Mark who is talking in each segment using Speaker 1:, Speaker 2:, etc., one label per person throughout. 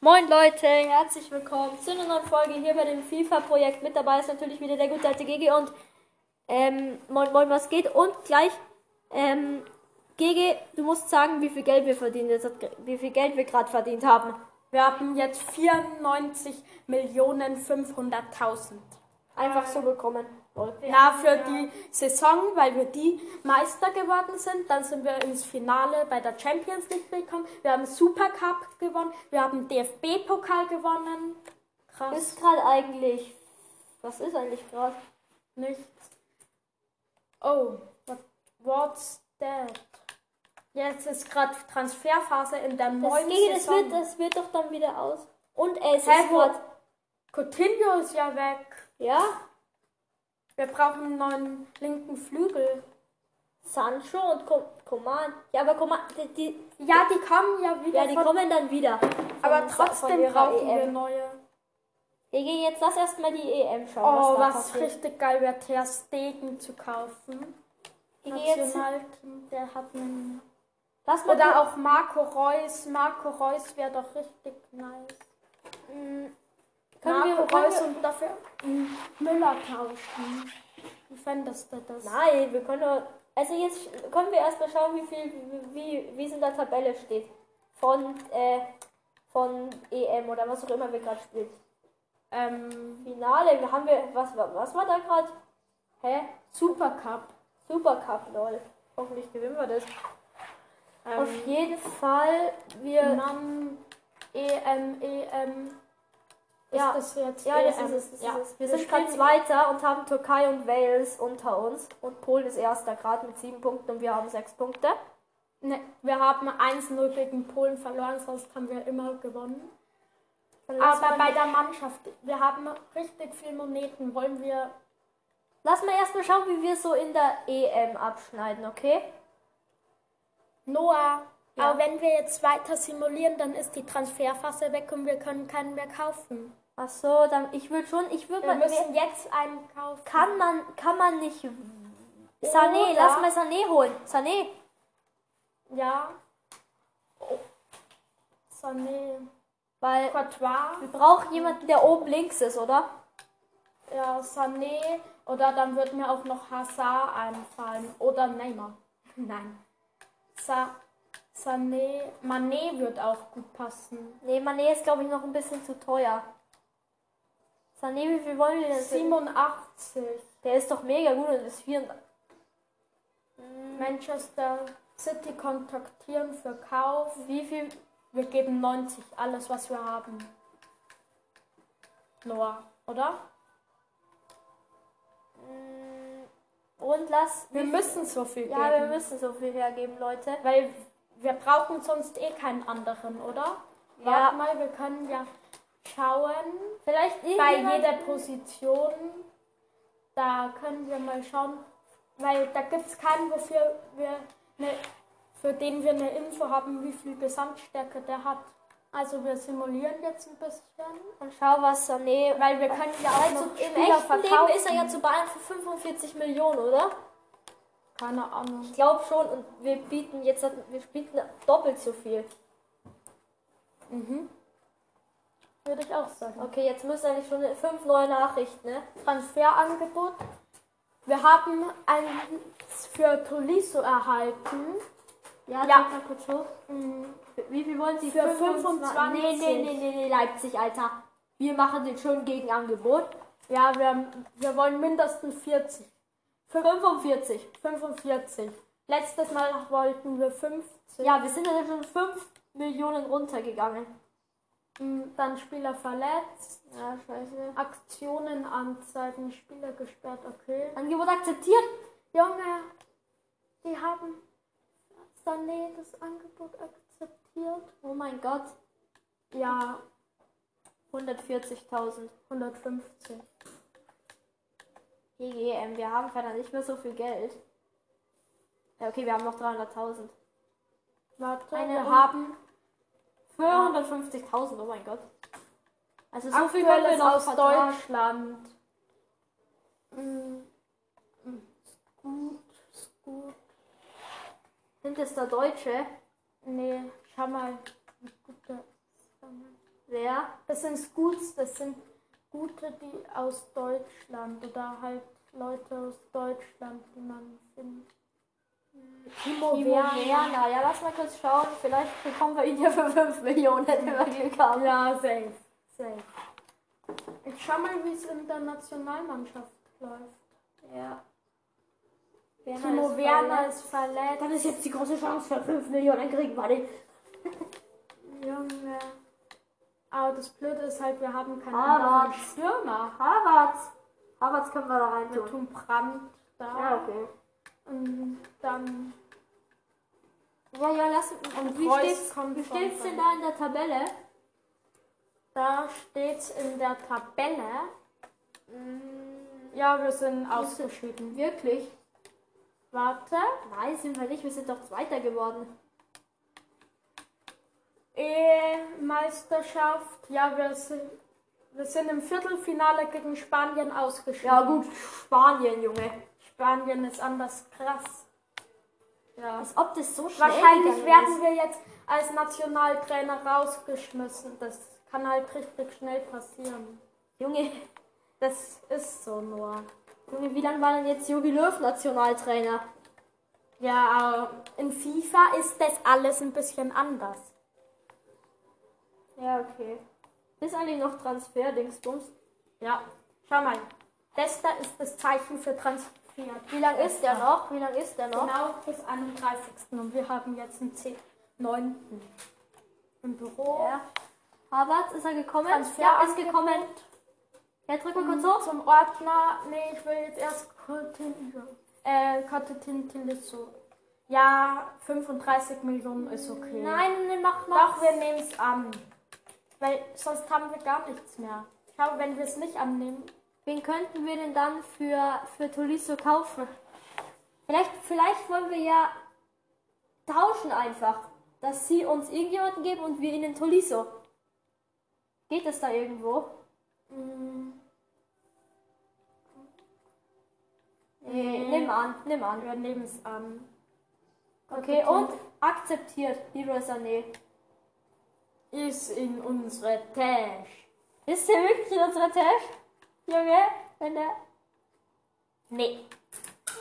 Speaker 1: Moin Leute, herzlich willkommen zu einer neuen Folge hier bei dem FIFA-Projekt. Mit dabei ist natürlich wieder der gute alte Gigi und ähm, moin moin, was geht? Und gleich, ähm, Gigi, du musst sagen, wie viel Geld wir verdienen, jetzt, hat- wie viel Geld wir gerade verdient haben.
Speaker 2: Wir haben jetzt 94 Millionen 500.000.
Speaker 1: Einfach so bekommen. Lol.
Speaker 2: Na, für die Saison, weil wir die Meister geworden sind. Dann sind wir ins Finale bei der Champions League gekommen. Wir haben Super Cup gewonnen. Wir haben DFB-Pokal gewonnen. Krass.
Speaker 1: Ist gerade eigentlich, was ist eigentlich gerade?
Speaker 2: Nichts. Oh, what, what's that? Jetzt ist gerade Transferphase in der
Speaker 1: Das,
Speaker 2: neuen
Speaker 1: Gigi, das
Speaker 2: Saison.
Speaker 1: wird, das wird doch dann wieder aus. Und äh, es
Speaker 2: Hä,
Speaker 1: ist
Speaker 2: wo-
Speaker 1: grad,
Speaker 2: Coutinho ist ja weg.
Speaker 1: ja,
Speaker 2: Wir brauchen einen neuen linken Flügel.
Speaker 1: Sancho und Com Coman. Ja, aber Coman, die, die,
Speaker 2: Ja, die kommen ja wieder.
Speaker 1: ja, die
Speaker 2: von-
Speaker 1: kommen dann wieder. Von-
Speaker 2: aber
Speaker 1: E von
Speaker 2: trotzdem
Speaker 1: ihrer
Speaker 2: brauchen wir
Speaker 1: EM.
Speaker 2: neue.
Speaker 1: Digga, jetzt lass erstmal die EM schauen.
Speaker 2: Oh,
Speaker 1: da
Speaker 2: was
Speaker 1: passiert.
Speaker 2: richtig geil wäre, Ter Stegen zu kaufen.
Speaker 1: Digga, jetzt,
Speaker 2: Nationalteam, der hat einen.
Speaker 1: lass mal
Speaker 2: Oder auch Marco Reus. Marco Reus wäre doch richtig nice.
Speaker 1: Können
Speaker 2: Marco
Speaker 1: wir, Mm, können
Speaker 2: Reus
Speaker 1: wir,
Speaker 2: und dafür mm, Müller tauschen. Wie fändest du das?
Speaker 1: nein, wir können doch- also jetzt können wir erstmal schauen, wie viel, wie, wie es in der Tabelle steht. Von, äh, von EM oder was auch immer wir gerade spielen.
Speaker 2: Ähm,
Speaker 1: Finale, haben wir, was, war- was war da gerade? Hä?
Speaker 2: Super Cup.
Speaker 1: Supercup, lol. Hoffentlich gewinnen wir das. Auf
Speaker 2: Ähm,
Speaker 1: jeden Fall, wir.
Speaker 2: Mann, E EM, EM.
Speaker 1: Ja.
Speaker 2: Ist das jetzt
Speaker 1: Ja,
Speaker 2: EM?
Speaker 1: das ist es. Das
Speaker 2: ja.
Speaker 1: ist es. Wir sind gerade
Speaker 2: spielen
Speaker 1: Zweiter und haben Türkei und Wales unter uns. Und Polen ist Erster gerade mit sieben Punkten und wir haben sechs Punkte.
Speaker 2: Ne, wir haben 1-0 gegen Polen verloren, sonst haben wir immer gewonnen.
Speaker 1: Dann lass
Speaker 2: Aber
Speaker 1: mal-
Speaker 2: bei der Mannschaft, wir haben richtig viel Moneten, wollen wir.
Speaker 1: lass mal erstmal schauen, wie wir so in der EM abschneiden, okay?
Speaker 2: Noah,
Speaker 1: Ja.
Speaker 2: aber wenn wir jetzt weiter simulieren, dann ist die Transferphase weg und wir können keinen mehr kaufen.
Speaker 1: Ach so, dann ich würde schon, ich würde
Speaker 2: Wir
Speaker 1: mal.
Speaker 2: müssen jetzt einen kaufen.
Speaker 1: Kann man, kann man nicht. Sané,
Speaker 2: Oder-
Speaker 1: lass mal Sané holen. Sané,
Speaker 2: Ja. Oh. Sané.
Speaker 1: weil
Speaker 2: Courtois.
Speaker 1: wir brauchen jemanden, der oben links ist, oder?
Speaker 2: Ja, Sané. Oder dann wird mir auch noch Hazard einfallen. Oder Neymar. Nein. Sa Sané. Mané wird auch gut passen.
Speaker 1: Nee, Mané ist, glaube ich, noch ein bisschen zu teuer. Sané, wie viel wollen wir denn? für-
Speaker 2: 87.
Speaker 1: Der ist doch mega gut und ist 4. Mm,
Speaker 2: Manchester City kontaktieren für Kauf.
Speaker 1: Wie viel?
Speaker 2: Wir geben 90, alles was wir haben. Noah, oder?
Speaker 1: Mm, Und lass.
Speaker 2: Wir müssen so viel
Speaker 1: Ja, wir
Speaker 2: geben.
Speaker 1: müssen so viel hergeben, Leute.
Speaker 2: weil wir brauchen sonst eh keinen anderen, oder?
Speaker 1: Ja.
Speaker 2: Warte mal, wir können ja schauen.
Speaker 1: Vielleicht
Speaker 2: bei
Speaker 1: irgendjemand-
Speaker 2: jeder Position, da können wir mal schauen, weil da gibt es keinen, wofür wir ne, für den wir eine Info haben, wie viel Gesamtstärke der hat. Also wir simulieren jetzt ein bisschen,
Speaker 1: Und schau, was Sané.
Speaker 2: weil wir können ja auch
Speaker 1: Also,
Speaker 2: noch
Speaker 1: Im
Speaker 2: Spieler
Speaker 1: echten
Speaker 2: verkaufen.
Speaker 1: Leben ist er ja zu Bayern für 45 Millionen, oder?
Speaker 2: Keine Ahnung.
Speaker 1: Ich glaube schon. Und wir bieten jetzt, wir bieten doppelt so viel.
Speaker 2: Mhm. Würde ich auch sagen.
Speaker 1: Okay, jetzt müssen eigentlich schon fünf neue Nachrichten, ne?
Speaker 2: Transferangebot. Wir haben eins für Tolisso erhalten.
Speaker 1: ja.
Speaker 2: Ja.
Speaker 1: zeig mal kurz hoch.
Speaker 2: Mhm.
Speaker 1: Wie viel wollen Sie?
Speaker 2: Für
Speaker 1: 25? Nee, nee, nee, nee, nee, Leipzig, Alter. Wir machen den schönen Gegenangebot.
Speaker 2: Ja, wir, wir wollen mindestens 40.
Speaker 1: 45.
Speaker 2: 45. Letztes Mal wollten wir 50.
Speaker 1: Ja, wir sind ja schon 5 Millionen runtergegangen.
Speaker 2: Mm, Dann Spieler verletzt.
Speaker 1: Ja, scheiße.
Speaker 2: Aktionen anzeigen. Spieler gesperrt. Okay.
Speaker 1: Angebot akzeptiert.
Speaker 2: Junge, die haben Sané das Angebot akzeptiert.
Speaker 1: Oh mein Gott.
Speaker 2: Ja,
Speaker 1: 140.000.
Speaker 2: 150.
Speaker 1: GGM, wir haben leider nicht mehr so viel Geld. Ja, okay, wir haben noch 300.000.
Speaker 2: Warte,
Speaker 1: Eine
Speaker 2: wir
Speaker 1: Un-
Speaker 2: haben
Speaker 1: 450.000, oh mein Gott. Also so viel können wir
Speaker 2: aktuelles
Speaker 1: noch
Speaker 2: aus
Speaker 1: vertragen.
Speaker 2: Deutschland. Mm, mm, Ist gut, ist gut.
Speaker 1: Sind das da Deutsche?
Speaker 2: Nee, schau mal. Wie gut der ist.
Speaker 1: Wer?
Speaker 2: Das sind Schools, das sind gute, die aus Deutschland oder halt Leute aus Deutschland, die man findet. Timo
Speaker 1: Timo
Speaker 2: Werner.
Speaker 1: Werner. Ja, lass mal kurz schauen. Vielleicht bekommen wir ihn ja für 5 Millionen, wenn wir Glück haben.
Speaker 2: Ja, safe. Safe. Ich schau mal, wie es in der Nationalmannschaft läuft.
Speaker 1: Ja. Werner
Speaker 2: Timo
Speaker 1: ist
Speaker 2: Werner
Speaker 1: verletzt.
Speaker 2: ist verletzt.
Speaker 3: Dann ist jetzt die große Chance für 5 Millionen kriegen, warte.
Speaker 2: Junge. Aber das Blöde ist halt, wir haben keinen
Speaker 3: Aber-
Speaker 2: anderen Stürmer.
Speaker 3: Havertz. Havertz können wir da rein
Speaker 2: Wir
Speaker 3: tun.
Speaker 2: tun Brand da.
Speaker 3: Ja, okay.
Speaker 2: Und dann
Speaker 1: Ja, ja, lass Und wie
Speaker 2: Preuß
Speaker 1: steht's,
Speaker 2: kommt
Speaker 1: wie
Speaker 2: von
Speaker 1: steht's denn
Speaker 2: Bayern.
Speaker 1: da in der Tabelle?
Speaker 2: da steht in der Tabelle.
Speaker 1: Mm,
Speaker 2: Ja, wir sind ausgeschieden.
Speaker 1: wirklich?
Speaker 2: Warte.
Speaker 1: Nein, sind wir nicht. Wir sind doch Zweiter geworden.
Speaker 2: E-Meisterschaft. Ja, wir sind, wir sind im Viertelfinale gegen Spanien ausgeschieden.
Speaker 3: Ja, gut. Spanien, Junge.
Speaker 2: Spanien ist anders krass. Ja.
Speaker 1: Als ob das so schnell
Speaker 2: Wahrscheinlich
Speaker 1: gegangen
Speaker 2: werden
Speaker 1: ist.
Speaker 2: wir jetzt als Nationaltrainer rausgeschmissen. Das kann halt richtig schnell passieren.
Speaker 1: Junge,
Speaker 2: Das ist so nur.
Speaker 1: Junge, wie lange war denn jetzt Jogi Löw Nationaltrainer?
Speaker 2: Ja, äh, aber in FIFA ist das alles ein bisschen anders.
Speaker 1: Ja, okay. Ist eigentlich noch Transfer-Dingsbums?
Speaker 2: Ja. Schau mal. Das da ist das Zeichen für Transfer.
Speaker 1: Wie lang ist der noch? Wie lang ist der noch?
Speaker 2: Genau bis 31. Und wir haben jetzt den 10. 9. im Büro.
Speaker 1: Ja. Harvard, ist er gekommen?
Speaker 2: Transfer
Speaker 1: ja, ist
Speaker 2: ange-
Speaker 1: gekommen. Ja, drück mal kurz hoch.
Speaker 2: Zum Ordner. Nee, ich will jetzt erst Kotin- äh, Kotetintilisso. Ja, 35 Millionen ist
Speaker 1: Mhm.
Speaker 2: okay.
Speaker 1: Nein, nee, mach mal.
Speaker 2: Doch, wir nehmen es an. Weil sonst haben wir gar nichts mehr. Schau, wenn wir es nicht annehmen.
Speaker 1: Wen könnten wir denn dann für, für Tolisso kaufen? Vielleicht, vielleicht wollen wir ja tauschen einfach. Dass sie uns irgendjemanden geben und wir ihnen Tolisso. Geht das da irgendwo?
Speaker 2: Mh,
Speaker 1: Nee.
Speaker 2: Nee.
Speaker 1: Nimm an, nimm an.
Speaker 2: wir nehmen es an.
Speaker 1: Okay, und akzeptiert, Leroy Sané.
Speaker 2: Ist in unsere Tasche.
Speaker 1: Ist der wirklich in unserer Tasche? Junge, wenn der.
Speaker 2: Nee.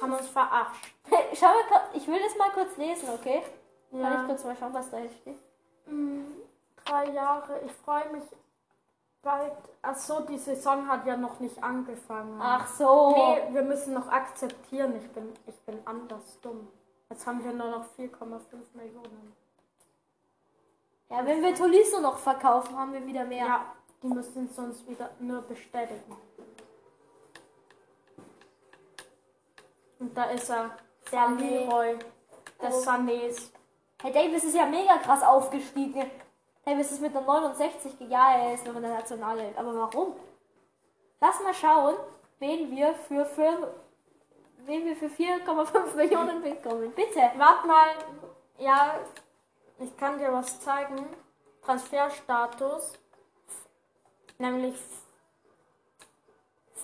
Speaker 2: Haben uns verarscht.
Speaker 1: Schau mal, kurz- ich will das mal kurz lesen, okay? Kann ich kurz mal schauen, was da steht?
Speaker 2: Mm, drei Jahre. Ich freue mich bald. Ach so, die Saison hat ja noch nicht angefangen.
Speaker 1: Ach so.
Speaker 2: Nee, wir müssen noch akzeptieren. Ich bin, ich bin anders dumm. Jetzt haben wir nur noch 4,5 Millionen.
Speaker 1: Ja, wenn wir Tolisso noch verkaufen, haben wir wieder mehr.
Speaker 2: Ja. die müssen es uns wieder nur bestätigen. Und da ist er. Der
Speaker 1: Sané.
Speaker 2: Leroy. Der
Speaker 1: Oh.
Speaker 2: Sanés.
Speaker 1: Hey, Davis ist ja mega krass aufgestiegen. Davis ist mit der 69 ge- Ja, er ist noch in der Nationalelf. Aber warum? Lass mal schauen, wen wir für, für, wen wir für 4,5 Millionen bekommen. Bitte.
Speaker 2: Warte mal. Ja, ich kann dir was zeigen. Transferstatus. Nämlich f-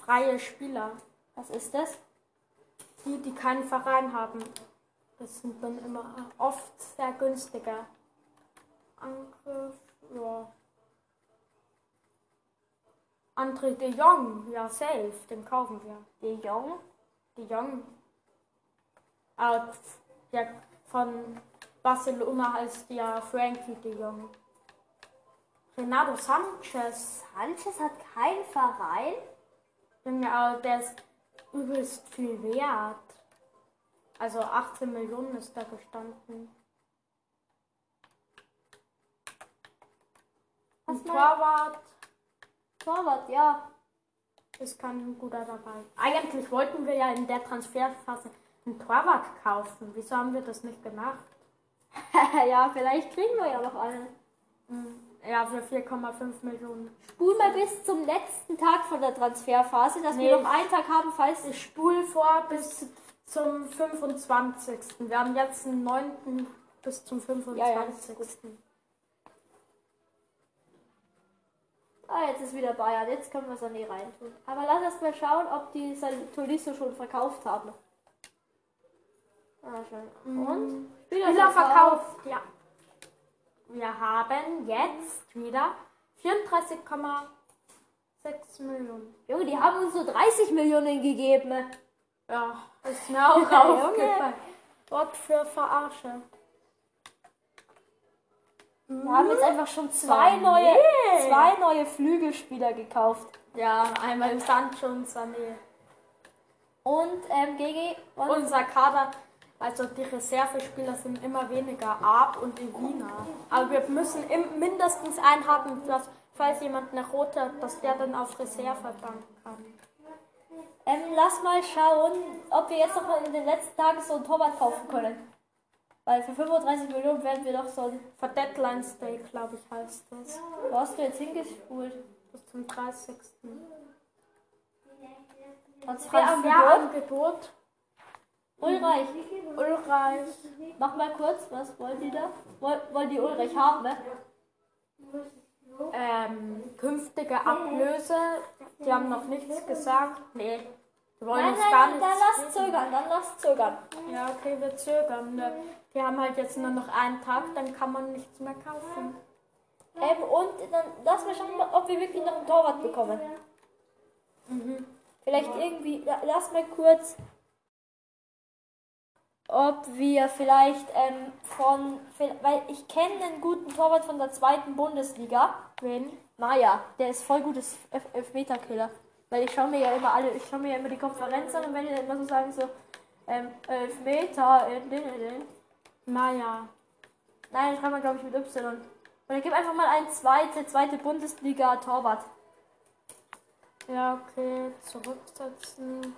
Speaker 2: freie Spieler.
Speaker 1: Was ist das?
Speaker 2: Die, die keinen Verein haben. Das sind dann immer oft sehr günstiger. Angriff, ja. André de Jong, ja, safe, den kaufen wir.
Speaker 1: De Jong?
Speaker 2: De Jong. Out, ja, von Barcelona heißt ja Frankie de Jong. Renato Sanchez,
Speaker 1: Sanchez hat keinen Verein?
Speaker 2: Junge, aber der ist übelst viel wert. Also 18 Millionen ist da gestanden.
Speaker 1: Was
Speaker 2: Ein
Speaker 1: mal?
Speaker 2: Torwart
Speaker 1: Torwart, ja.
Speaker 2: ist kein guter dabei. Eigentlich wollten wir ja in der Transferphase einen Torwart kaufen. Wieso haben wir das nicht gemacht?
Speaker 1: ja, vielleicht kriegen wir ja noch einen.
Speaker 2: Ja, für 4,5 Millionen.
Speaker 1: Spul mal bis zum letzten Tag von der Transferphase, dass
Speaker 2: Nee.
Speaker 1: wir noch einen Tag haben, falls
Speaker 2: Ich spul vor bis zum 25. Wir haben jetzt den 9. bis zum 25.
Speaker 1: Ja, ja, das ist gut. Ah, jetzt ist wieder Bayern. Jetzt können wir Sané reintun. Aber lass erst mal schauen, ob die Sal- Tolisso schon verkauft haben. Ah, schön. Und? Spieler
Speaker 2: Spieler verkauft, ja. Wir haben jetzt wieder 34,6 Millionen.
Speaker 1: Junge, die haben uns nur 30 Millionen gegeben.
Speaker 2: Ja, ist mir auch
Speaker 1: Ja,
Speaker 2: aufgefallen. Wort für Verarsche. Mhm.
Speaker 1: Wir haben jetzt einfach schon zwei neue, zwei neue Flügelspieler gekauft.
Speaker 2: Ja, einmal Sancho und Sané.
Speaker 1: Und ähm, Gigi, wollen-
Speaker 2: Unser Kader, also die Reservespieler sind immer weniger, Ab und Evina. Aber wir müssen im, mindestens einen haben, dass, falls jemand eine rote hat, dass der dann auf Reserve fahren kann.
Speaker 1: ähm, lass mal schauen, ob wir jetzt noch in den letzten Tagen so einen Torwart kaufen können. Weil für 35 Millionen werden wir doch so ein...
Speaker 2: Für Deadlines Day, glaube ich, heißt das.
Speaker 1: Wo hast du jetzt hingespult?
Speaker 2: Bis zum 30.
Speaker 1: Transferangebot?
Speaker 2: Transferangebot.
Speaker 1: Ulreich.
Speaker 2: Ulreich.
Speaker 1: Mach mal kurz, was wollen die da? Woll, wollen die Ulreich haben, ne?
Speaker 2: Ähm, künftige Ablöse. Die haben noch nichts gesagt. Nee. Die wollen
Speaker 1: Nein,
Speaker 2: uns gar
Speaker 1: nein,
Speaker 2: nichts.
Speaker 1: dann lass zögern, dann lass zögern.
Speaker 2: Ja, okay, wir zögern. Ne? Die haben halt jetzt nur noch einen Tag, dann kann man nichts mehr kaufen.
Speaker 1: Ähm, und dann lass mal schauen, ob wir wirklich noch einen Torwart bekommen. Mhm. Vielleicht irgendwie, la- lass mal kurz, ob wir vielleicht ähm, von, vi- weil ich kenne einen guten Torwart von der zweiten Bundesliga.
Speaker 2: Wen?
Speaker 1: Maya, der ist voll gutes Elf Elfmeterkiller. Weil ich schaue mir ja immer alle, ich schaue mir ja immer die Konferenz an und wenn die dann immer so sagen, so, ähm, Elfmeter, äh, den, äh, den.
Speaker 2: Naja.
Speaker 1: Nein, schreibt man glaube ich mit Y. Oder gib einfach mal einen zweite, zweite Bundesliga Torwart.
Speaker 2: Ja, okay. Zurücksetzen.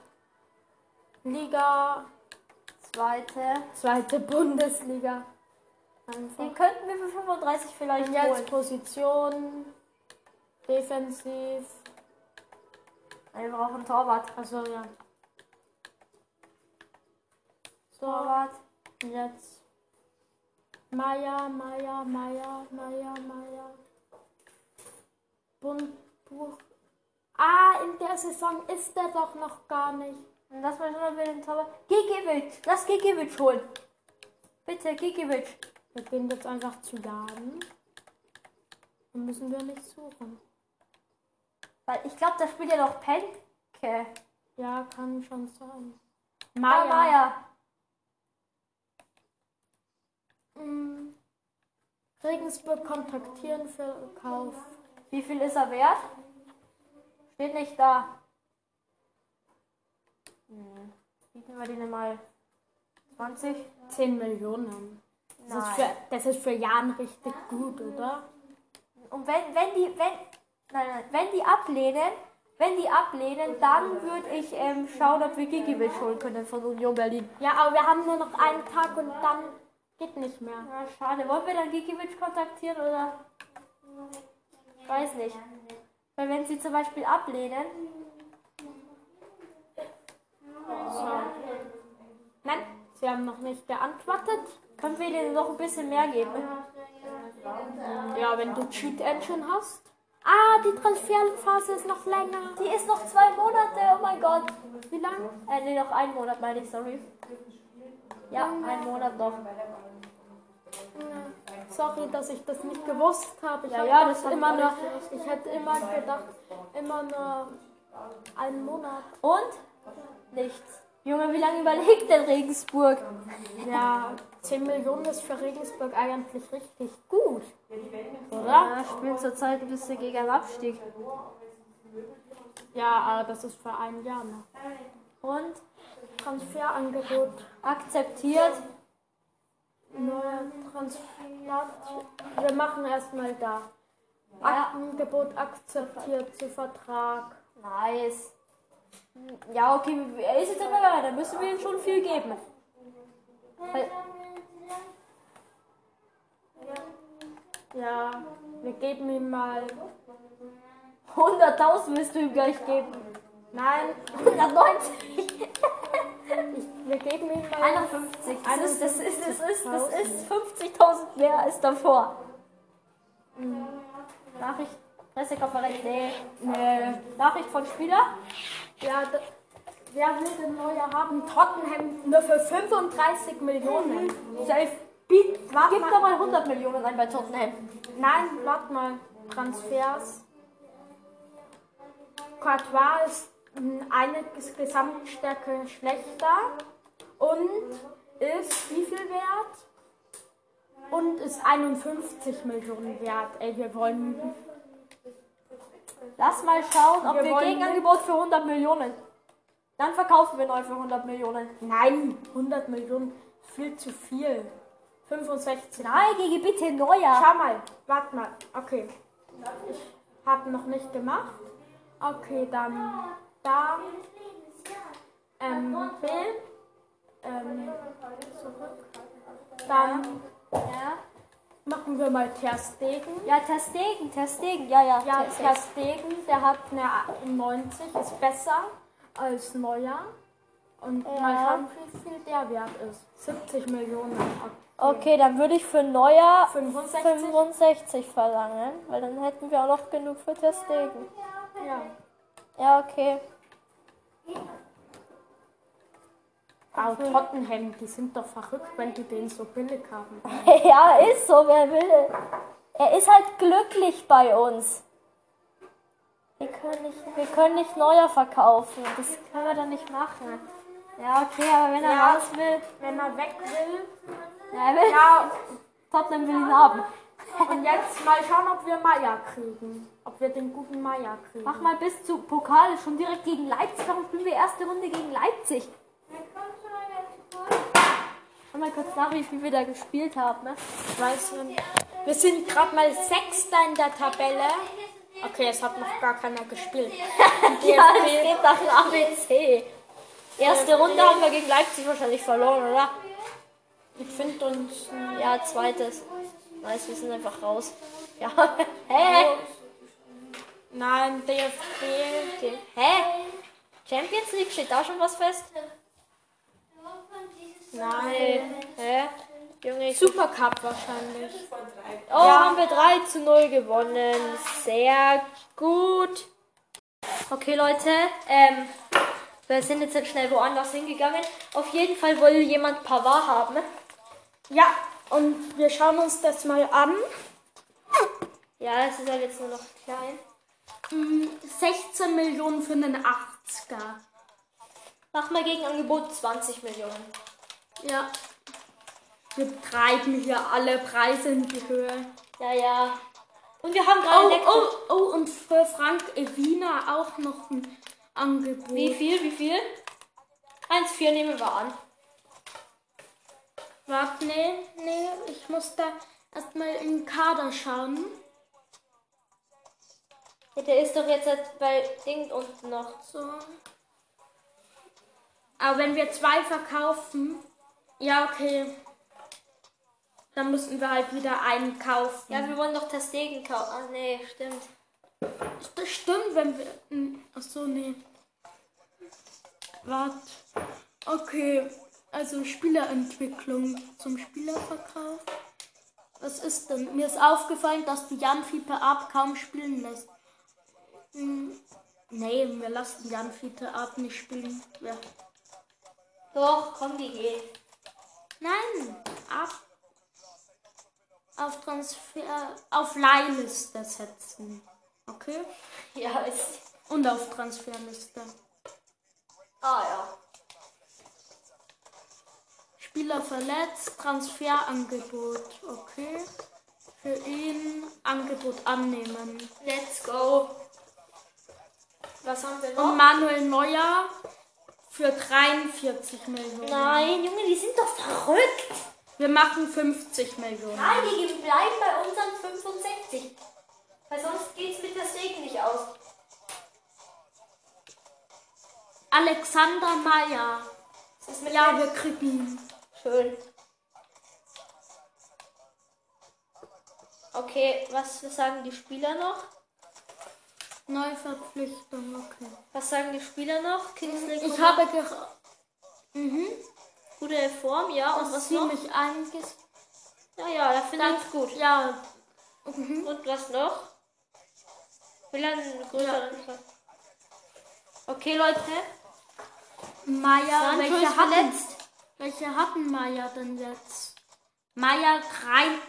Speaker 2: Liga.
Speaker 1: Zweite.
Speaker 2: Zweite Bundesliga. Einfach.
Speaker 1: Den könnten wir für 35 vielleicht
Speaker 2: Und jetzt
Speaker 1: holen.
Speaker 2: Position. Defensiv.
Speaker 1: Nein, wir brauchen einen Torwart.
Speaker 2: Also ja. So,
Speaker 1: Torwart.
Speaker 2: jetzt. Maya, Maya, Maya, Maya, Maya. Bund, Buch. Ah, in der Saison ist er doch noch gar nicht.
Speaker 1: Dann lass mal schon mal den Torwart. Gigiewicz. Lass Gigiewicz holen. Bitte, Gigiewicz.
Speaker 2: Wir gehen jetzt einfach zu Laden. Dann müssen wir nicht suchen.
Speaker 1: Weil ich glaube, da spielt ja noch Penke.
Speaker 2: Ja, kann schon sein.
Speaker 1: Ah, Maya.
Speaker 2: Mm. Regensburg kontaktieren für Kauf.
Speaker 1: Wie viel ist er wert? Steht nicht da. Hm. Bieten wir den mal 20?
Speaker 2: 10 Millionen. Das ist, für, das ist für Jan richtig gut, oder?
Speaker 1: Und wenn, wenn die, wenn, nein, nein, wenn die ablehnen, wenn die ablehnen, dann würde ich ähm, schauen, ob wir Gigiewicz holen können von Union Berlin.
Speaker 2: Ja, aber wir haben nur noch einen Tag und dann geht nicht mehr.
Speaker 1: Ja, Ah, schade. Wollen wir dann Gigiewicz kontaktieren oder? Weiß nicht. Weil wenn sie zum Beispiel ablehnen,
Speaker 2: So. Nein, sie haben noch nicht geantwortet.
Speaker 1: können wir denen noch ein bisschen mehr geben.
Speaker 2: Ja, wenn du Cheat Engine hast. Ah, die Transferphase ist noch länger.
Speaker 1: Die ist noch zwei Monate, oh mein Gott.
Speaker 2: Wie lang?
Speaker 1: Äh, nee, noch einen Monat meine ich, sorry. Ja, einen Monat noch.
Speaker 2: Sorry, dass ich das nicht gewusst habe. Ich
Speaker 1: Ja,
Speaker 2: hab
Speaker 1: ja,
Speaker 2: doch
Speaker 1: das hab
Speaker 2: immer
Speaker 1: ich
Speaker 2: nur.
Speaker 1: auch
Speaker 2: Ich hätte immer gedacht, immer nur einen Monat.
Speaker 1: Und? Nichts. Junge, wie lange überlegt denn Regensburg?
Speaker 2: Ja, 10 Millionen ist für Regensburg eigentlich richtig gut. Oder?
Speaker 1: spielen zurzeit ein bisschen gegen einen Abstieg.
Speaker 2: Ja, aber das ist für ein Jahr noch.
Speaker 1: Und?
Speaker 2: Transferangebot.
Speaker 1: Akzeptiert.
Speaker 2: Neue Transfer. Wir machen erstmal da.
Speaker 1: Ja.
Speaker 2: Angebot akzeptiert zu Vertrag.
Speaker 1: Nice. Ja, okay, er ist jetzt aber bereit, da müssen wir ihm schon viel geben. Weil,
Speaker 2: Ja, wir geben ihm mal.
Speaker 1: 100.000 wirst du ihm gleich geben.
Speaker 2: Nein,
Speaker 1: 190.
Speaker 2: ich, wir geben ihm mal.
Speaker 1: 51. Das ist, das ist, das ist, das ist 50.000 mehr als davor. Mhm. Nachricht, Pressekonferenz, nee.
Speaker 2: Nee.
Speaker 1: Nachricht von Spieler.
Speaker 2: Ja, da, wer will den Neuer haben? Tottenham nur für 35 Millionen.
Speaker 1: Safe.
Speaker 2: Biet, warte
Speaker 1: Mhm. Gib
Speaker 2: mal.
Speaker 1: doch mal 100 Millionen ein bei Tottenham.
Speaker 2: Nein, warte mal. Transfers. Courtois ist um eine Ges- Gesamtstärke schlechter und ist wie viel wert? Und ist 51 Millionen wert. Ey, wir wollen.
Speaker 1: Lass mal schauen, ob
Speaker 2: Wir
Speaker 1: wir,
Speaker 2: wollen
Speaker 1: Gegenangebot für 100 Millionen. Dann verkaufen wir neu für 100 Millionen.
Speaker 2: Nein, 100 Millionen ist viel zu viel. 65.
Speaker 1: Nein, Gigi, bitte neuer.
Speaker 2: Schau mal, warte mal. Okay. Ich habe noch nicht gemacht. Okay, dann da. Ähm, Bild. Ähm, zurück. Dann
Speaker 1: Ja,
Speaker 2: machen wir mal Ter Stegen.
Speaker 1: ja Testegen, Testegen, ja, ja.
Speaker 2: Ja,
Speaker 1: Ter-
Speaker 2: Ter Stegen, der hat eine 98, ist besser als Neuer. Und mal
Speaker 1: Ja.
Speaker 2: schauen, wie viel der wert ist. 70 Millionen.
Speaker 1: Okay, dann würde ich für neuer
Speaker 2: 65?
Speaker 1: 65 verlangen, weil dann hätten wir auch noch genug für Testegen.
Speaker 2: Ja.
Speaker 1: Ja, okay.
Speaker 2: Aber Tottenham, die sind doch verrückt, wenn die den so billig haben.
Speaker 1: Ja, ist so, wer will. Er ist halt glücklich bei uns. Wir können nicht, wir können nicht neuer verkaufen. Das können wir dann nicht machen. Ja, okay, aber wenn er
Speaker 2: Ja.
Speaker 1: raus will,
Speaker 2: Wenn er weg will,
Speaker 1: ja, er will
Speaker 2: ja,
Speaker 1: Tottenham will ihn haben.
Speaker 2: Und jetzt mal schauen, ob wir Meier kriegen. Ob wir den guten Meier kriegen.
Speaker 1: Mach mal bis zu Pokal schon direkt gegen Leipzig. Warum spielen wir erste Runde gegen Leipzig? Schau mal kurz nach, wie viel wir da gespielt haben. Ne?
Speaker 2: Ich weiß nicht. Wir sind gerade mal Sechster in der Tabelle. Okay, es hat noch gar keiner gespielt.
Speaker 1: Ja, das geht nach dem ABC. Erste Runde haben wir gegen Leipzig wahrscheinlich verloren, oder?
Speaker 2: Ich finde uns.
Speaker 1: Ja, zweites. Nice, wir sind einfach raus. Ja. Hä?
Speaker 2: Nein, DFB.
Speaker 1: Okay. Hä? Champions League steht da schon was fest?
Speaker 2: Nein.
Speaker 1: Hä? Junge, ich
Speaker 2: Supercup wahrscheinlich.
Speaker 1: Oh, haben wir 3 zu 0 gewonnen. Sehr gut. Okay, Leute. Ähm, wir sind jetzt halt schnell woanders hingegangen. Auf jeden Fall will jemand Pavard haben.
Speaker 2: Ja, und wir schauen uns das mal an.
Speaker 1: Ja, es ist halt jetzt nur noch klein.
Speaker 2: Hm, 16 Millionen für einen 80er.
Speaker 1: Mach mal gegen Angebot 20 Millionen.
Speaker 2: Ja. Wir treiben hier alle Preise in die Höhe.
Speaker 1: Ja, ja. Und wir haben gerade
Speaker 2: Oh,
Speaker 1: Nektar.
Speaker 2: oh, oh, und für Frank Wiener auch noch ein Angebot.
Speaker 1: Wie viel, wie viel? 1,4 nehmen wir an.
Speaker 2: Warte, nee, nee, ich muss da erstmal im Kader schauen.
Speaker 1: Ja, Der ist doch jetzt halt bei Ding unten noch.
Speaker 2: So. Aber wenn wir zwei verkaufen, ja, okay. Dann müssen wir halt wieder einen kaufen.
Speaker 1: Ja, wir wollen doch Testegen kaufen. Ah, nee, stimmt.
Speaker 2: das stimmt, wenn wir. hm, Ach so, nee. Warte. Okay, also Spielerentwicklung zum Spielerverkauf. Was ist denn? Mir ist aufgefallen, dass du Jan Fiepe ab kaum spielen lässt. Hm. Nee, wir lassen Jan Fiepe ab nicht spielen. Ja.
Speaker 1: Doch, komm, die geht.
Speaker 2: Nein, ab. Auf Transfer. Auf Leihliste setzen. Okay?
Speaker 1: Ja, ist.
Speaker 2: Und auf Transferliste.
Speaker 1: Ah, ja.
Speaker 2: Spieler verletzt, Transferangebot. Okay. Für ihn Angebot annehmen.
Speaker 1: Let's go. Was haben wir noch?
Speaker 2: Und Manuel Neuer für 43 Millionen.
Speaker 1: Nein, Junge, die sind doch verrückt.
Speaker 2: Wir machen 50 Millionen.
Speaker 1: Nein, die bleiben bei unseren 65. Weil sonst geht's mit Testegen nicht aus.
Speaker 2: Alexander Meyer.
Speaker 1: Das ist mit
Speaker 2: Ja,
Speaker 1: der-
Speaker 2: wir kriegen ihn.
Speaker 1: Schön. Okay, was sagen die Spieler noch?
Speaker 2: Neuverpflichtung, okay.
Speaker 1: Was sagen die Spieler noch? Kingsley
Speaker 2: Ich
Speaker 1: Coman-
Speaker 2: habe Mhm. gerade
Speaker 1: gute Form, ja. Und was noch?
Speaker 2: ziemlich einiges.
Speaker 1: Ja, ja, er findet es gut. Mhm.
Speaker 2: Ja,
Speaker 1: Und was noch? Will er einen größeren Ver- Okay, Leute.
Speaker 2: Meyer,
Speaker 1: Sancho
Speaker 2: welche
Speaker 1: ist
Speaker 2: hatten,
Speaker 1: verletzt.
Speaker 2: welche hatten Meyer denn jetzt? Meyer rein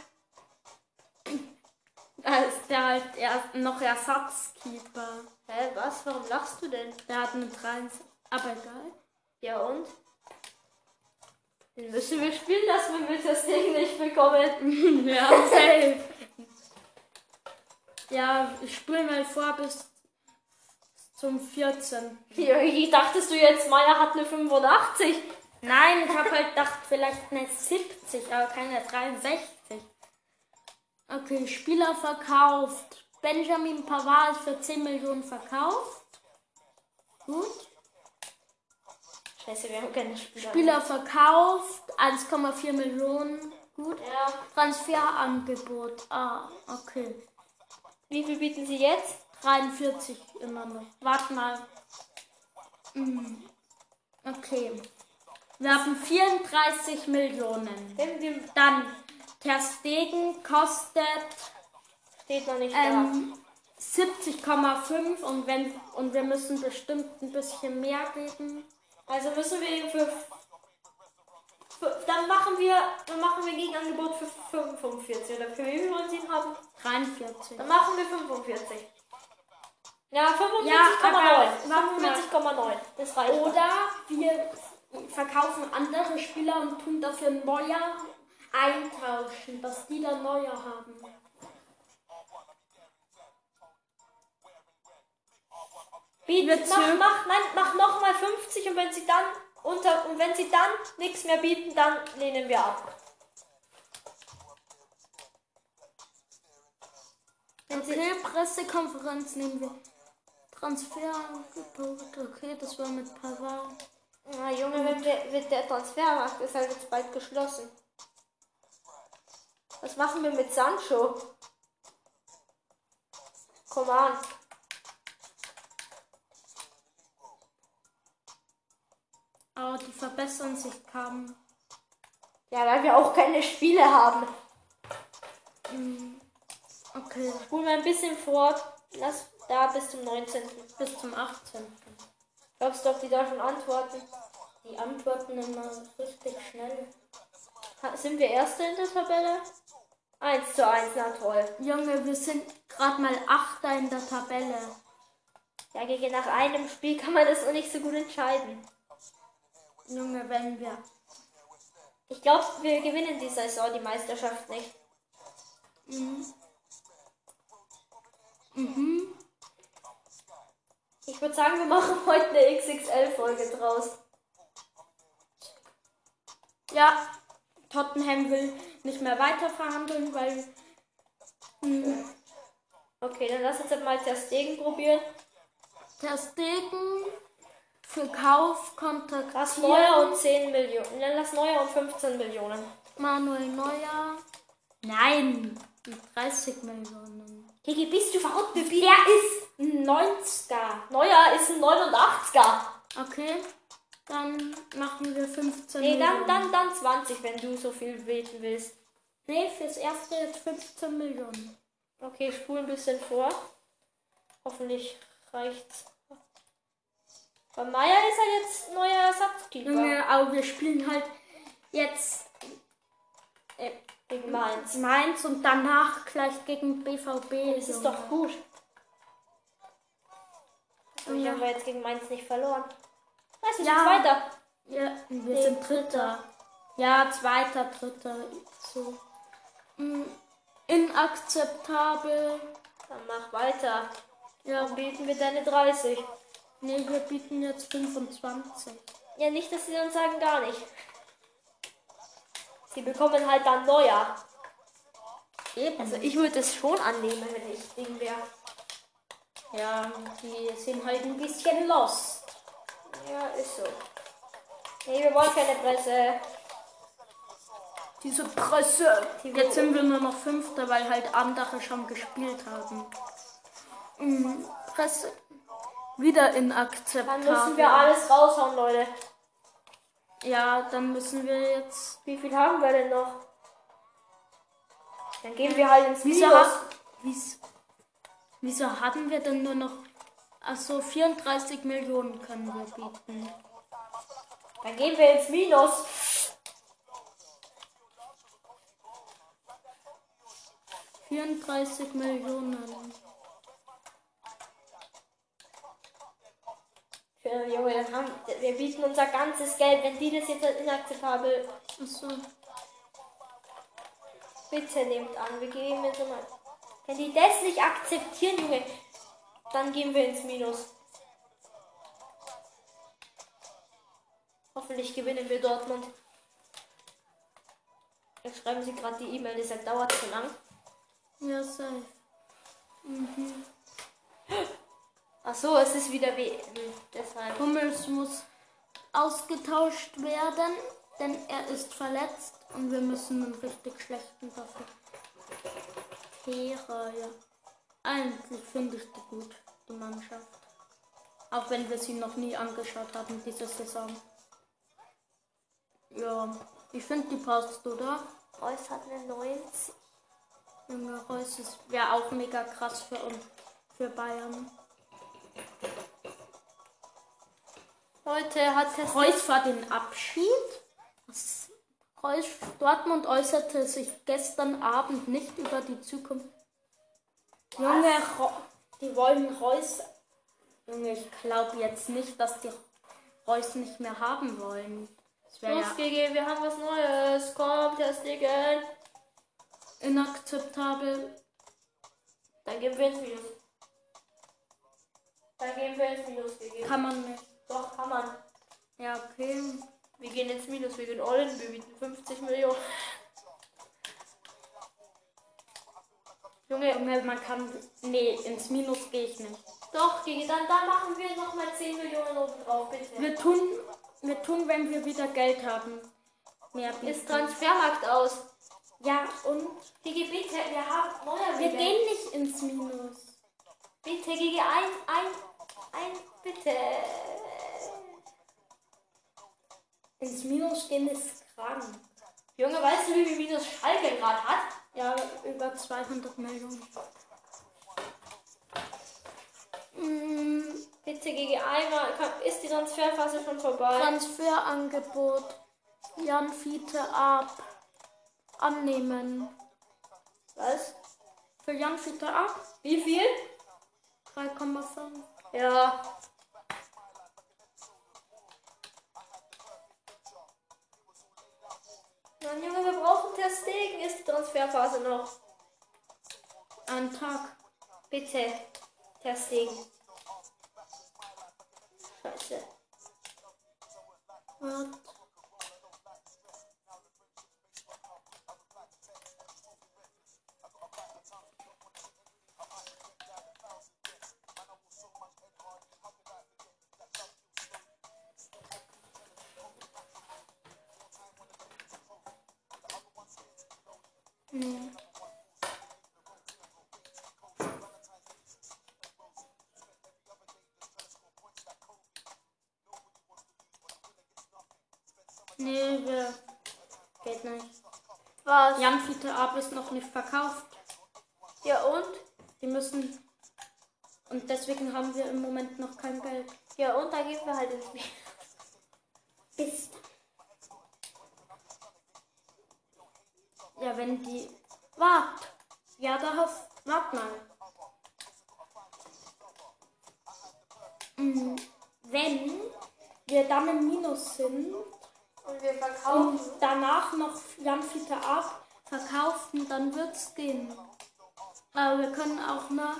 Speaker 2: Da ist der halt erst noch Ersatzkeeper.
Speaker 1: Hä, was? Warum lachst du denn?
Speaker 2: Der hat eine 23. Aber egal.
Speaker 1: Ja und? Dann müssen wir spielen, dass wir mit das Ding nicht bekommen.
Speaker 2: Ja, safe. Ja, ich spule mal vor bis zum 14.
Speaker 1: Ich dachtest du jetzt, meiner hat eine 85.
Speaker 2: Nein, ich habe halt gedacht, vielleicht eine 70, aber keine 63. Okay, Spieler verkauft. Benjamin Pavard ist für 10 Millionen verkauft. Gut.
Speaker 1: Scheiße, wir haben keine Spieler.
Speaker 2: Spieler verkauft, 1,4 Millionen. Gut.
Speaker 1: Ja.
Speaker 2: Transferangebot. Ah, okay.
Speaker 1: Wie viel bieten sie jetzt?
Speaker 2: 43 immer noch. Warte mal. Hm. Okay. Wir haben 34 Millionen.
Speaker 1: Dem, dem
Speaker 2: Dann Ter Stegen kostet
Speaker 1: steht noch nicht
Speaker 2: ähm, 70,5 und wenn und wir müssen bestimmt ein bisschen mehr geben.
Speaker 1: da. Also müssen wir ihn für, für. Dann machen wir. Dann machen wir Gegenangebot für 45. Oder für wie viel wollen sie ihn haben?
Speaker 2: 43.
Speaker 1: Dann machen wir 45. Ja, 45,9.
Speaker 2: Ja, aber warte mal.
Speaker 1: 45,9. Das reicht. doch.
Speaker 2: Oder wir verkaufen andere Spieler und tun dafür Neuer eintauschen, dass die dann Neuer haben.
Speaker 1: Bieten,
Speaker 2: Wird's
Speaker 1: mach,
Speaker 2: höher?
Speaker 1: mach, nein, mach nochmal 50 und wenn sie dann unter und wenn sie dann nichts mehr bieten, dann lehnen wir ab.
Speaker 2: Okay, Pressekonferenz nehmen wir. Transferangebot, okay, das war mit Pavard.
Speaker 1: Na Junge, wenn der, wenn der Transfermarkt ist halt jetzt bald geschlossen. Was machen wir mit Sancho? Komm an.
Speaker 2: Aber die verbessern sich kaum.
Speaker 1: Ja, weil wir auch keine Spiele haben.
Speaker 2: Okay,
Speaker 1: Spul mal ein bisschen vor. Lass da bis zum 19.
Speaker 2: bis zum 18.
Speaker 1: Glaubst du, ob die da schon antworten?
Speaker 4: Die antworten immer richtig schnell.
Speaker 1: Ha- Sind wir Erste in der Tabelle? 1 zu 1, na toll.
Speaker 2: Junge, wir sind gerade mal Achter in der Tabelle.
Speaker 1: Ja, gegen nach einem Spiel kann man das noch nicht so gut entscheiden.
Speaker 2: Junge, wenn wir.
Speaker 1: Ich glaube, wir gewinnen die Saison die Meisterschaft nicht.
Speaker 2: Mhm.
Speaker 1: Ich würde sagen, wir machen heute eine XXL-Folge draus.
Speaker 2: Ja, Tottenham will nicht mehr weiter verhandeln, weil mhm,
Speaker 1: Okay, dann lass uns jetzt mal Ter Stegen probieren.
Speaker 2: der Stegen für Kauf
Speaker 1: Lass Neuer
Speaker 2: kontaktiert
Speaker 1: und 10 Millionen. Dann lass Neuer und 15 Millionen.
Speaker 2: Manuel Neuer. Nein, mit 30 Millionen.
Speaker 1: Gigi, bist du verrückt? Der ist ein 90er. Neuer ist ein 89er.
Speaker 2: Okay, dann machen wir 15
Speaker 1: Nee, dann, dann,
Speaker 2: Millionen.
Speaker 1: dann 20, wenn du so viel beten willst.
Speaker 2: Nee, fürs erste jetzt 15 Millionen.
Speaker 1: Okay, ich spule ein bisschen vor. Hoffentlich reicht's. Bei Meier ist er jetzt neuer Ersatzkeeper.
Speaker 2: Junge, aber wir spielen halt jetzt
Speaker 1: Gegen Mainz.
Speaker 2: Mainz und danach gleich gegen BVB.
Speaker 1: Das ist doch gut. Ich
Speaker 2: Ja.
Speaker 1: haben wir jetzt gegen Mainz nicht verloren. Weißt du,
Speaker 2: Ja.
Speaker 1: ja. weiter.
Speaker 2: Ja, wir sind Dritter. Ja, Zweiter, Dritter. So. Mm, Inakzeptabel.
Speaker 1: Dann mach weiter.
Speaker 2: Ja,
Speaker 1: Dann bieten wir deine 30.
Speaker 2: nee, wir bieten jetzt 25.
Speaker 1: Ja, nicht, dass sie dann sagen, gar nicht. Sie bekommen halt dann neuer.
Speaker 2: Eben.
Speaker 1: Also ich würde es schon annehmen, wenn ich Ding wäre.
Speaker 2: ja, die sind halt ein bisschen lost.
Speaker 1: Ja, ist so. Nee, wir wollen keine Presse.
Speaker 2: Diese Presse. Jetzt sind wir nur noch Fünfter, weil halt andere schon gespielt haben. Mm, Presse. Wieder
Speaker 1: Dann
Speaker 2: inakzeptabel.
Speaker 1: müssen wir alles raushauen, Leute.
Speaker 2: Ja, dann müssen wir jetzt
Speaker 1: Wie viel haben wir denn noch? Dann gehen wir halt ins
Speaker 2: Wieso,
Speaker 1: Minus.
Speaker 2: ha wieso, wieso haben wir denn nur noch. Achso, 34 Millionen können wir bieten.
Speaker 1: Dann gehen wir ins Minus.
Speaker 2: 34 Millionen.
Speaker 1: Für, Junge, dann haben, wir bieten unser ganzes Geld. Wenn die das jetzt als inakzeptabel,
Speaker 2: Achso.
Speaker 1: bitte nehmt an. Wir geben jetzt mal. Wenn die das nicht akzeptieren, Junge, dann gehen wir ins Minus. Hoffentlich gewinnen wir Dortmund. Jetzt schreiben sie gerade die E-Mail, das dauert zu lang.
Speaker 2: Ja, sei.
Speaker 1: Ach so, es ist wieder wie. hm, Deshalb.
Speaker 2: Hummels muss ausgetauscht werden, denn er ist verletzt und wir müssen einen richtig schlechten Verfehler. Ja. Eigentlich finde ich die gut, die Mannschaft. Auch wenn wir sie noch nie angeschaut haben diese Saison. Ja, ich finde die passt, oder?
Speaker 1: Reus hat eine 90.
Speaker 2: Junge Reus wäre auch mega krass für uns, für Bayern.
Speaker 1: Heute hat es.
Speaker 2: Reus war den Abschied. Was? Reus, Dortmund äußerte sich gestern Abend nicht über die Zukunft. Junge, Ro die wollen Reus. Junge, ich glaube jetzt nicht, dass die Reus nicht mehr haben wollen. Das wäre ja
Speaker 1: Los, GG, wir haben was Neues. Komm, Testigen.
Speaker 2: inakzeptabel.
Speaker 1: Dann gehen wir ins Minus. Dann gehen wir ins Minus, GG.
Speaker 2: Kann man nicht.
Speaker 1: Doch, kann man.
Speaker 2: Ja, okay.
Speaker 1: Wir gehen ins Minus, wir gehen all in, wir bieten 50 Millionen. Junge,
Speaker 2: Junge, man kann. Nee, ins Minus gehe ich nicht.
Speaker 1: doch, GG, dann, dann machen wir nochmal 10 Millionen oben drauf, bitte.
Speaker 2: Wir tun, wir tun, wenn wir wieder Geld haben. Mehr
Speaker 1: Ist
Speaker 2: bieten.
Speaker 1: Transfermarkt aus.
Speaker 2: Ja, und
Speaker 1: GG, bitte, wir haben neuer
Speaker 2: Wir
Speaker 1: Regeln.
Speaker 2: gehen nicht ins Minus.
Speaker 1: Bitte, GG, ein, ein, ein, bitte.
Speaker 2: Ins Minus gehen ist krank.
Speaker 1: Junge, weißt du, wie viel Minus Schalke gerade hat?
Speaker 2: Ja, über 200 Millionen. Mm,
Speaker 1: Bitte, GG, einmal. Komm, Ist die Transferphase schon vorbei?
Speaker 2: Transferangebot. Jan Fiete ab. Annehmen.
Speaker 1: Was?
Speaker 2: Für Jan Fiete ab
Speaker 1: Wie viel?
Speaker 2: 3,5.
Speaker 1: Ja. Mann, Junge, wir brauchen Testegen. Ist die Transferphase noch?
Speaker 2: Ein Tag.
Speaker 1: Bitte. Testegen. Scheiße.
Speaker 2: Wird. Nee. Nee, wir. Geht nicht.
Speaker 1: Was?
Speaker 2: Jan Fiete Ab ist noch nicht verkauft.
Speaker 1: Ja und?
Speaker 2: Die müssen. Und deswegen haben wir im Moment noch kein Geld.
Speaker 1: Ja und dann gehen wir halt ins Spiel.
Speaker 2: Bis. Ja, wenn die. Wart! Ja, da hast. Wart mal. Mm, Wenn wir dann im Minus sind
Speaker 1: Und wir
Speaker 2: und
Speaker 1: verkaufen.
Speaker 2: danach noch Jamfite ab verkaufen, dann wird's gehen. Aber wir können auch nur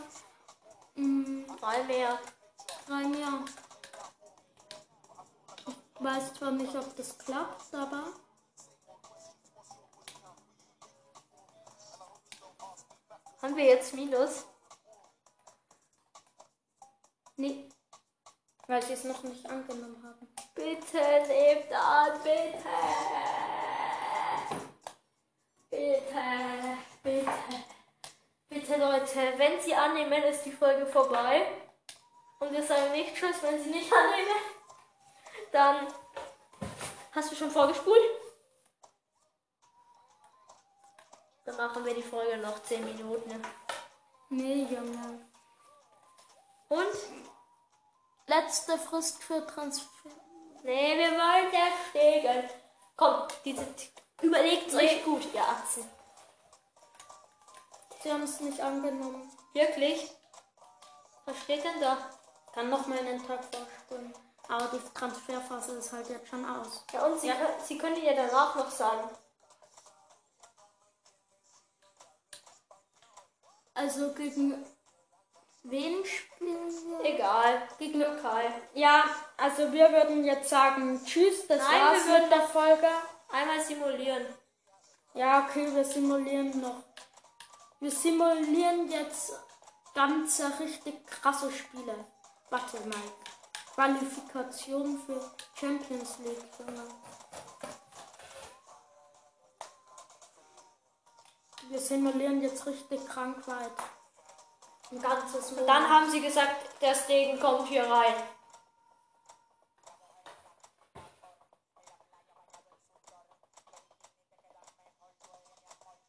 Speaker 2: mm,
Speaker 1: Mal mehr.
Speaker 2: rein, ja. Ich weiß zwar nicht, ob das klappt, aber.
Speaker 1: Haben wir jetzt Minus?
Speaker 2: Nee. Weil sie es noch nicht angenommen haben.
Speaker 1: Bitte nehmt an, bitte. Bitte, bitte. Bitte Leute, Äh, wenn sie annehmen, ist die Folge vorbei. Und wir sagen nicht Tschüss, wenn sie nicht annehmen. Dann hast du schon vorgespult? Dann machen wir die Folge noch 10 Minuten.
Speaker 2: Nee, Junge.
Speaker 1: Und?
Speaker 2: Letzte Frist für Transfer.
Speaker 1: Nee, wir wollen der Stegen. Komm, diese überlegt euch gut, ihr Atzen.
Speaker 2: Sie haben es nicht angenommen.
Speaker 1: Wirklich? Was steht denn da?
Speaker 2: Kann noch mal einen Tag vorspulen. Aber die Transferphase ist halt jetzt schon aus.
Speaker 1: Ja, und sie, kö- sie können ja danach noch sagen.
Speaker 2: Also gegen wen spielen wir?
Speaker 1: Egal, halt. gegen Lokal.
Speaker 2: Ja, also wir würden jetzt sagen, tschüss, das
Speaker 1: Nein,
Speaker 2: war's
Speaker 1: wir würden-
Speaker 2: mit der Folge.
Speaker 1: Einmal simulieren.
Speaker 2: Ja, okay, wir simulieren noch. Wir simulieren jetzt ganze richtig krasse Spiele. Warte mal. Qualifikation für Champions League. genau. Junge. Wir simulieren jetzt richtig Krankheit. Ein ganzes Monat.
Speaker 1: Dann haben sie gesagt, der Stegen kommt hier rein.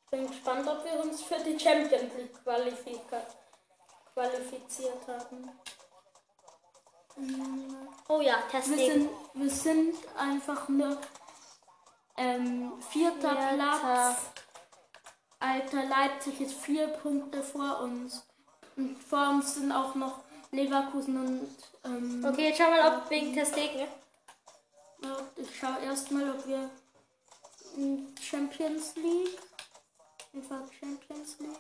Speaker 2: Ich bin gespannt, ob wir uns für die Champions League qualifika- qualifiziert haben.
Speaker 1: Oh ja, der
Speaker 2: Wir
Speaker 1: Stegen.
Speaker 2: sind, wir sind einfach nur ähm, vierter
Speaker 1: Vierter.
Speaker 2: Platz. Alter, Leipzig ist vier Punkte vor uns. Und vor uns sind auch noch Leverkusen und... Ähm,
Speaker 1: Okay, jetzt schau mal, ob wegen der Stegen.
Speaker 2: ja, Ich schaue erstmal, ob wir in Champions League... Einfach Champions League...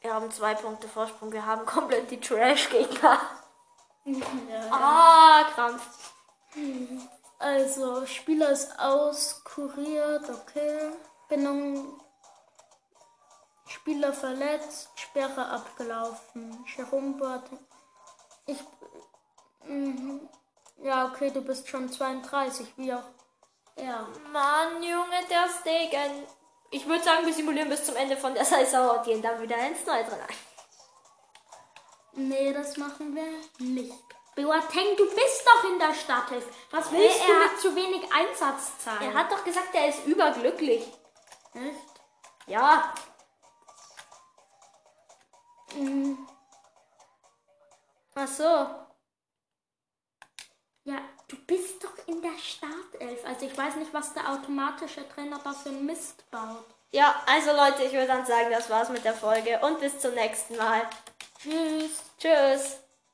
Speaker 1: Wir haben zwei Punkte Vorsprung. Wir haben komplett die Trash-Gegner.
Speaker 2: Ja.
Speaker 1: Ah, Krampf.
Speaker 2: Also, Spieler ist auskuriert, okay. Benennung. Spieler verletzt, Sperre abgelaufen. Jerome Boateng. Ich. Mhm. Ja, okay, du bist schon 32, wie auch. Ja.
Speaker 1: Mann, Junge, der Stegen. Ich würde sagen, wir simulieren bis zum Ende von der Saison und gehen dann wieder ins Neue rein.
Speaker 2: Nee, das machen wir nicht. Boateng, du bist doch in der Startelf. Was willst
Speaker 1: er-
Speaker 2: du mit zu wenig Einsatzzahlen?
Speaker 1: Er hat doch gesagt, er ist überglücklich.
Speaker 2: Echt?
Speaker 1: Ja,
Speaker 2: Mhm.
Speaker 1: ach so.
Speaker 2: Ja, du bist doch in der Startelf. Also ich weiß nicht, was der automatische Trainer da für einen Mist baut.
Speaker 1: Ja, also Leute, ich würde dann sagen, das war's mit der Folge und bis zum nächsten Mal.
Speaker 2: Tschüss.
Speaker 1: Tschüss.